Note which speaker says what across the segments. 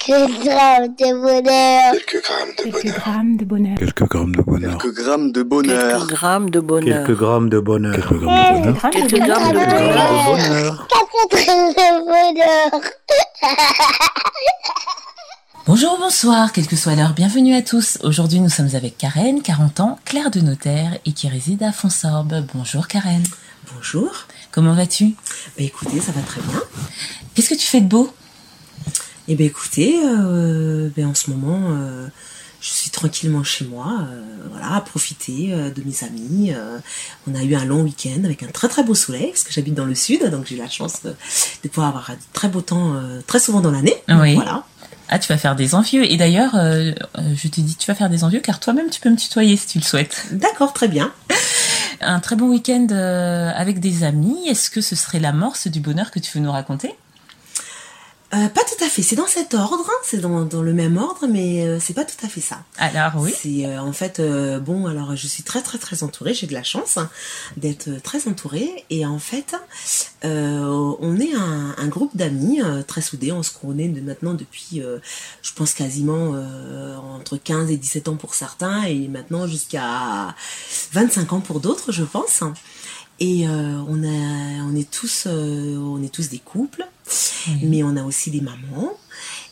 Speaker 1: Quelques grammes de bonheur.
Speaker 2: Quelques grammes de
Speaker 3: Quelques
Speaker 2: bonheur.
Speaker 3: grammes de bonheur.
Speaker 4: Quelques grammes de bonheur.
Speaker 5: Quelques grammes de
Speaker 6: Quelques
Speaker 5: bonheur.
Speaker 6: grammes de bonheur.
Speaker 7: Quelques grammes de bonheur.
Speaker 4: Quelques grammes de bonheur.
Speaker 3: Quelques
Speaker 6: Quelques
Speaker 3: grammes
Speaker 6: grammes
Speaker 3: de
Speaker 6: de
Speaker 3: bonheur.
Speaker 7: bonheur.
Speaker 1: Quatre grammes de bonheur.
Speaker 8: Bonjour, bonsoir, quelle que soit l'heure, bienvenue à tous. Aujourd'hui, nous sommes avec Karen, 40 ans, Claire de Notaire et qui réside à Fonsorbe. Bonjour Karen,
Speaker 9: Bonjour.
Speaker 8: comment vas-tu
Speaker 9: Bah écoutez, ça va très bien.
Speaker 8: Qu'est-ce que tu fais de beau
Speaker 9: Et ben écoutez, euh, ben, en ce moment, euh, je suis tranquillement chez moi, euh, voilà, à profiter euh, de mes amis. euh. on a eu un long week-end avec un très très beau soleil, parce que j'habite dans le sud, donc j'ai eu la chance de, de pouvoir avoir un très beau temps euh, très souvent dans l'année. Donc,
Speaker 8: Oui.
Speaker 9: Voilà.
Speaker 8: Ah, tu vas faire des envieux. Et d'ailleurs, euh, euh, je te dis, tu vas faire des envieux car toi-même, tu peux me tutoyer si tu le souhaites.
Speaker 9: D'accord, très bien.
Speaker 8: Un très bon week-end euh, avec des amis. Est-ce que ce serait l'amorce du bonheur que tu veux nous raconter
Speaker 9: Euh, pas tout à fait, c'est dans cet ordre, hein, c'est dans, dans le même ordre, mais euh, c'est pas tout à fait ça.
Speaker 8: Alors, Ah oui.
Speaker 9: C'est euh, en fait euh, bon. Alors je suis très très très entourée. J'ai de la chance hein, d'être euh, très entourée. Et en fait, euh, on est un, un groupe d'amis euh, très soudés. On se connaît de maintenant depuis, euh, je pense quasiment euh, entre 15 et 17 ans pour certains, et maintenant jusqu'à 25 ans pour d'autres, je pense. Et euh, on a, on est tous, euh, on est tous des couples, mais on a aussi des mamans.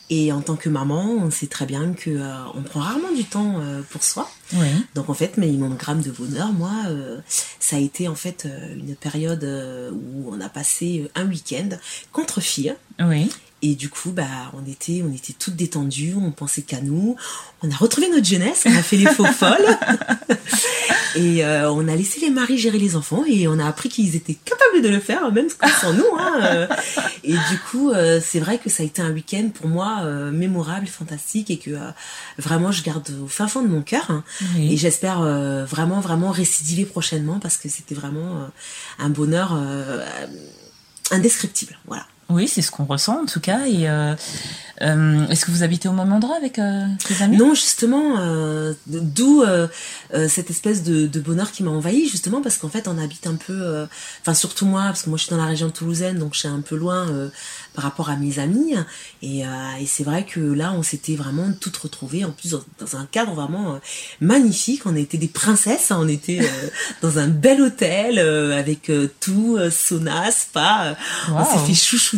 Speaker 9: Et en tant que maman, on sait très bien que euh, on prend rarement du temps euh, pour soi.
Speaker 8: Oui.
Speaker 9: Donc en fait, mes monogrammes de bonheur, moi, euh, ça a été en fait euh, une période euh, où on a passé euh, un week-end contre filles.
Speaker 8: Oui.
Speaker 9: Et du coup, bah, on était, on était toutes détendues, on pensait qu'à nous. On a retrouvé notre jeunesse, on a fait les faux folles. et euh, on a laissé les maris gérer les enfants et on a appris qu'ils étaient capables de le faire, même sans nous. Hein. euh. Et du coup, euh, c'est vrai que ça a été un week-end pour moi euh, mémorable, fantastique et que euh, vraiment je garde au fin fond de mon cœur. hein.
Speaker 8: Oui.
Speaker 9: Et j'espère euh, vraiment, vraiment récidiver prochainement parce que c'était vraiment euh, un bonheur euh, indescriptible. Voilà.
Speaker 8: Oui, c'est ce qu'on ressent en tout cas. Et euh, euh, est-ce que vous habitez au même endroit avec euh, tes amis
Speaker 9: Non, justement, euh, d'où euh, euh, cette espèce de, de bonheur qui m'a envahi, justement, parce qu'en fait, on habite un peu, euh, enfin surtout moi, parce que moi je suis dans la région toulousaine, donc je suis un peu loin euh, par rapport à mes amis, et, euh, et c'est vrai que là, on s'était vraiment toutes retrouvées, en plus dans, dans un cadre vraiment euh, magnifique, on était des princesses, hein, on était euh, dans un bel hôtel euh, avec euh, tout, euh, sauna, spa, euh, on
Speaker 8: Waouh.
Speaker 9: s'est fait chouchouter,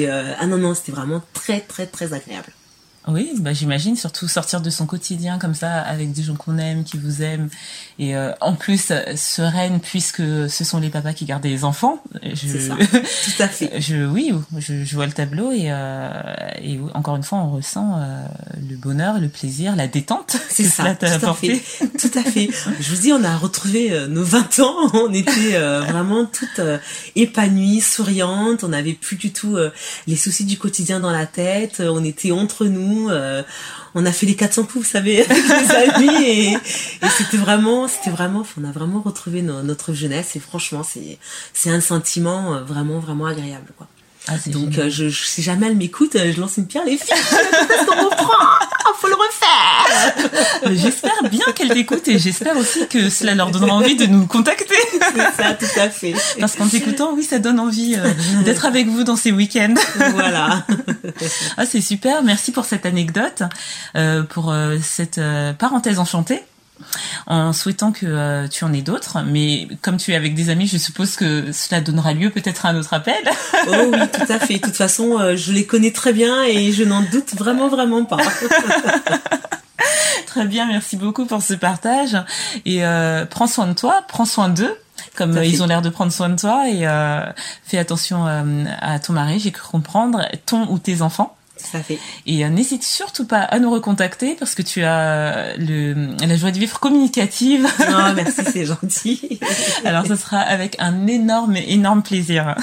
Speaker 9: et, euh, ah non, non, c'était vraiment très, très, très agréable.
Speaker 8: Oui, bah, j'imagine, surtout sortir de son quotidien comme ça, avec des gens qu'on aime, qui vous aiment, et euh, en plus euh, sereine, puisque ce sont les papas qui gardent les enfants. Je...
Speaker 9: C'est ça, tout à fait.
Speaker 8: Je, oui, je, je vois le tableau et, euh, et oui, encore une fois, on ressent euh, le bonheur, le plaisir, la détente.
Speaker 9: C'est
Speaker 8: que
Speaker 9: ça,
Speaker 8: cela
Speaker 9: tout
Speaker 8: t'a
Speaker 9: à
Speaker 8: apporté.
Speaker 9: fait. Tout à fait. Je vous dis, on a retrouvé euh, nos 20 ans. On était euh, vraiment toutes euh, épanouies, souriantes. On n'avait plus du tout euh, les soucis du quotidien dans la tête. Euh, On était entre nous. euh, on a fait les 400 coups, vous savez, avec les amis. Et, et c'était vraiment, c'était vraiment, on a vraiment retrouvé no- notre jeunesse. Et franchement, c'est, c'est un sentiment euh, vraiment, vraiment agréable, quoi.
Speaker 8: Ah, c'est
Speaker 9: Donc,
Speaker 8: génial.
Speaker 9: euh, je, je- si jamais elle m'écoute, euh, je lance une pierre, les filles, parce qu'on reprend. Ah, faut le refaire.
Speaker 8: Mais J'espère bien qu'elle t'écoute et j'espère aussi que cela leur donnera envie de nous contacter.
Speaker 9: C'est ça, tout à fait.
Speaker 8: Parce qu'en t'écoutant, oui, ça donne envie euh, d'être avec vous dans ces week-ends.
Speaker 9: voilà.
Speaker 8: Ah, c'est super. Merci pour cette anecdote, euh, pour euh, cette euh, parenthèse enchantée. En souhaitant que euh, tu en aies d'autres, mais comme tu es avec des amis, je suppose que cela donnera lieu peut-être à un autre appel.
Speaker 9: Oh oui, tout à fait. De toute façon, euh, je les connais très bien et je n'en doute vraiment, vraiment pas.
Speaker 8: Très bien, merci beaucoup pour ce partage. Et euh, prends soin de toi, prends soin d'eux, comme
Speaker 9: Tout à
Speaker 8: euh,
Speaker 9: fait.
Speaker 8: ils ont l'air de prendre soin de toi. Et euh, fais attention euh, à ton mari, j'ai cru comprendre, ton ou tes enfants.
Speaker 9: Tout à fait.
Speaker 8: Et euh, n'hésite surtout pas à nous recontacter parce que tu as euh, le, la joie de vivre communicative.
Speaker 9: Non, merci, c'est gentil.
Speaker 8: Alors ce sera avec un énorme, énorme plaisir.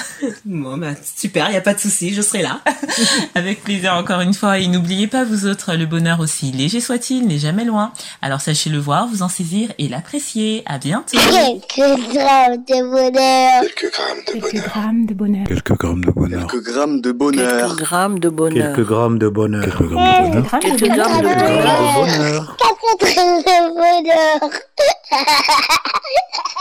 Speaker 9: Bon, bah, super, il n'y a pas de souci, je serai là.
Speaker 8: Avec plaisir encore une fois. Et n'oubliez pas, vous autres, le bonheur aussi léger soit-il n'est jamais loin. Alors sachez le voir, vous en saisir et l'apprécier. À bientôt.
Speaker 1: Quelques grammes de bonheur.
Speaker 2: Quelques grammes de
Speaker 3: Quelques
Speaker 2: bonheur.
Speaker 3: grammes de bonheur.
Speaker 4: Quelques grammes
Speaker 5: Quelques grammes de
Speaker 4: de bonheur.
Speaker 5: bonheur.
Speaker 6: Quelques grammes de bonheur.
Speaker 7: Quelques grammes de bonheur.
Speaker 4: Quelques grammes de bonheur.
Speaker 6: Quelques grammes de
Speaker 1: Quatre grammes de
Speaker 6: bonheur.
Speaker 1: bonheur.